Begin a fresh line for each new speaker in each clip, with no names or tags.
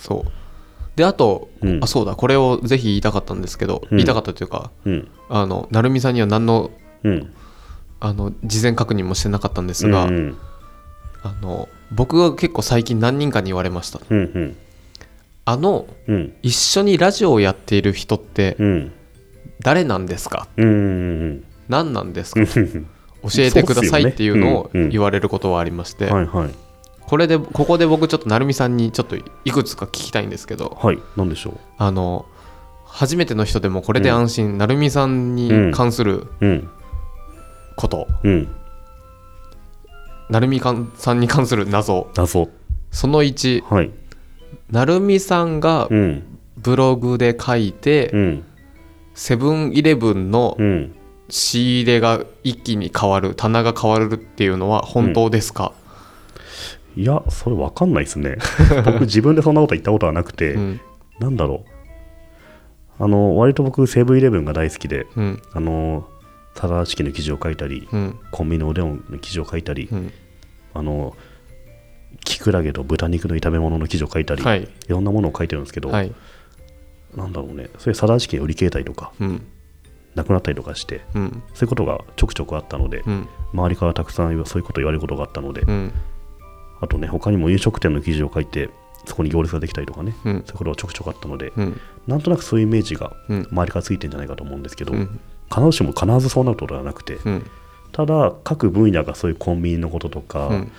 そうであと、
うん
あそうだこれをぜひ言いたかったんですけど、
うん
言いたかったというか
うん
あの成美さんには何の
うん
あの事前確認もしてなかったんですが、
うん
あの僕が結構最近何人かに言われました
うんうん
あの
うん
一緒にラジオをやっている人って
うん
誰なんですか
うんうん
何なんです
う
か
んうん
教えてくださいっていうのを
そうっすよねうんうん
言われることはありまして、
はいはい
これでここで僕ちょっと成美さんにちょっといくつか聞きたいんですけど
はい何でしょ
あの初めての人でもこれで安心、成美さん
うん
に関する
ううん
こと、
うん
成美かんさんに関する謎
謎
その1
はい
成美さんが
うん
ブログで書いて、
うん
セブンイレブンの
うん
仕入れが一気に変わる棚が変わるっていうのは本当ですか、
いやそれわかんな いですね僕自分でそんなこと言ったことはなくて、
うん
なんだろうあの割と僕セブンイレブンが大好きで
うん
あの正しきの記事を書いたり
うん
コンビニのオレオンの記事を書いたり、
うん
あのキクラゲと豚肉の炒め物の記事を書いたり、、
はいい
ろんなものを書いてるんですけど、
はい
なんだろうねそういう正しきを売り切れたりとか
うん
なくなったりとかして
うん
そういうことがちょくちょくあったので、
うん
周りからたくさんそういうことを言われることがあったので、
うん
あとね他にも飲食店の記事を書いてそこに行列ができたりとかね、
うん
そういうことがちょくちょくあったので、
うん
なんとなくそういうイメージが
うん
周りからついてんじゃないかと思うんですけど、
うん
必ずしも必ずそうなることではなくて、
うん
ただ各分野がそういうコンビニのこととか、
うん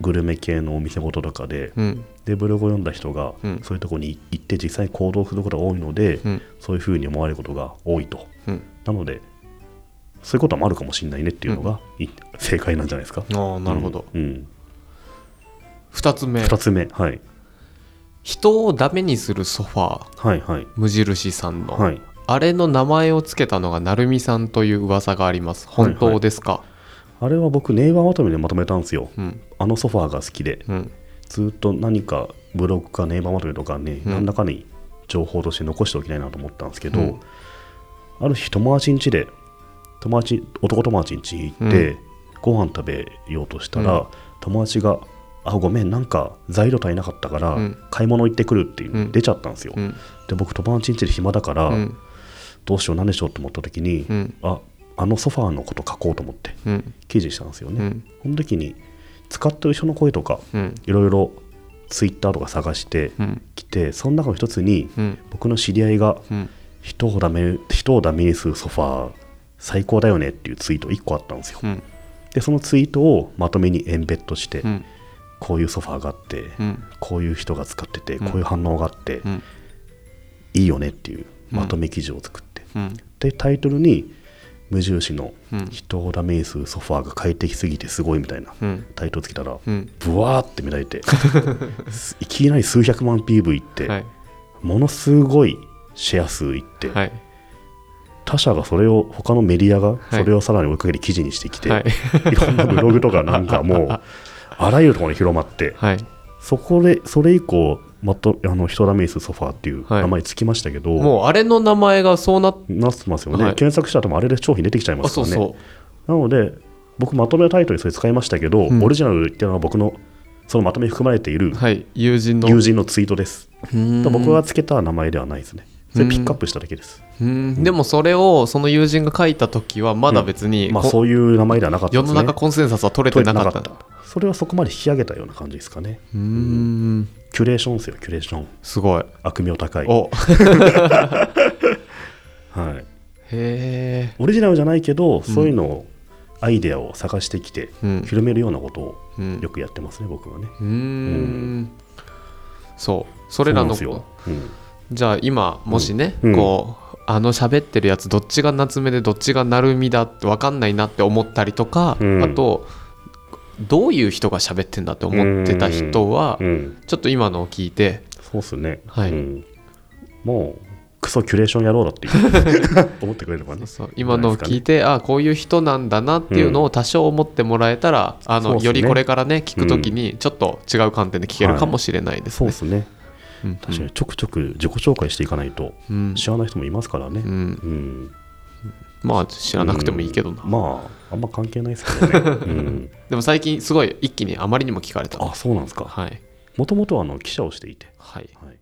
グルメ系のお店ごととかで、
うん
でブログを読んだ人が
うん
そういうとこに行って実際に行動することが多いので、
うん
そういうふうに思われることが多いと
うん
なのでそういうこともあるかもしれないねっていうのが、い正解なんじゃないですか
ああなるほど、
うんうん
2つ目
二つ目、はい、
人をダメにするソファー
はいはい
無印さんの、
はい
あれの名前をつけたのが成美さんという噂があります
はいはい
本当ですか、
あれは僕ネイバーまとめでまとめたんですよ
うん
あのソファーが好きで
うん
ずっと何かブログかネイバーまとめとかね、
うん
何らかに情報として残しておきたいなと思ったんですけど、
うん
ある日友達ん家で友達男友達ん家行って、
う
ご飯食べようとしたら、
うん
友達が「あごめんなんか材料足りなかったから、
うん
買い物行ってくる」っていう
うん
出ちゃったんですよ、
うん
で僕友達ん家で暇だから、
うん
どうしよう何でしょうと思った時に、
うん
ああのソファーのこと書こうと思って
うん
記事にしたんですよ
う
ね、
ん
その時に使ってる人の声とか
うん
いろいろツイッターとか探して
うん
きて、その中の一つに、
うん
僕の知り合いが
うん
人をダメ人をダメにするソファー最高だよねっていうツイート1個あったんですよ、
うん
でそのツイートをまとめにエンベッドして、
うん
こういうソファーがあって、
うん
こういう人が使ってて、
うん
こういう反応があって、
うん
いいよねっていうまとめ記事を作って、
うん
でタイトルに無印の
うん
人をダメにするソファーが快適すぎてすごいみたいな
うん
タイトルつけたら、
うん
ブワーって見 られてすいきなり数百万 PV いって、
はい
ものすごいシェア数いって、
はい
他社がそれを他のメディアが
い
それをさらに追いかけて記事にしてきて、
はいい、
ろんなブログとかなんかも うあらゆるところに広まって
はい
そこでそれ以降まとあの人ダメースソファーっていう
はい
名前つきましたけど、
もうあれの名前がそうなっ
なってますよね、
はい
検索したら多分あれで商品出てきちゃいま
あ
すか
そ
ら
う
ね
そ
なので僕まとめタイトルにそれ使いましたけど、
ん
オリジナルっていうのは僕のそのまとめに含まれている
うはい友人の
友人のツイートです、
うん
僕がつけた名前ではないですねそれピックアップしただけです、
うんでもそれをその友人が書いた時はまだ別に、
まあ
こ
そういう名前ではなかった
世
です
の
ね
中コンセンサスは取れてなかった
取れてなかったそれはそこまで引き上げたような感じですかね
うーん
キュレーションですよキュレーション
すごい
悪名高い、
お
はい、
へえ
オリジナルじゃないけどそういうのを、アイデアを探してきて、
うん
広めるようなことを
うん
よくやってますね、僕はね
うーんそうそ
そ
れら
うなん
の
ですよ、うん
じゃあ今もしね、
うん
こうあの喋ってるやつどっちが夏目でどっちが成海だって分かんないなって思ったりとか、
うん
あとどういう人が喋ってんだって思ってた人は、
うん、
ちょっと今のを聞いて
そうっすね、
はい
うんもうクソキュレーションやろうだって いう思ってくれればね
そう今のを聞いて、あこういう人なんだなっていうのを多少思ってもらえたら、あ
そう
の
っすね
よりこれからね聞くときにちょっと違う観点で聞けるかもしれないです
そう
ね
で。すね
うん
確かにちょくちょく自己紹介していかないと
うん
知らない人もいますからね、
う
うん
んまあ知らなくてもいいけどな、
うんまああんま 関係ないですけどね、うん、
でも最近すごい一気にあまりにも聞かれた
あそうなんですか
はい
もともとはあの記者をしていて、
はい
はい、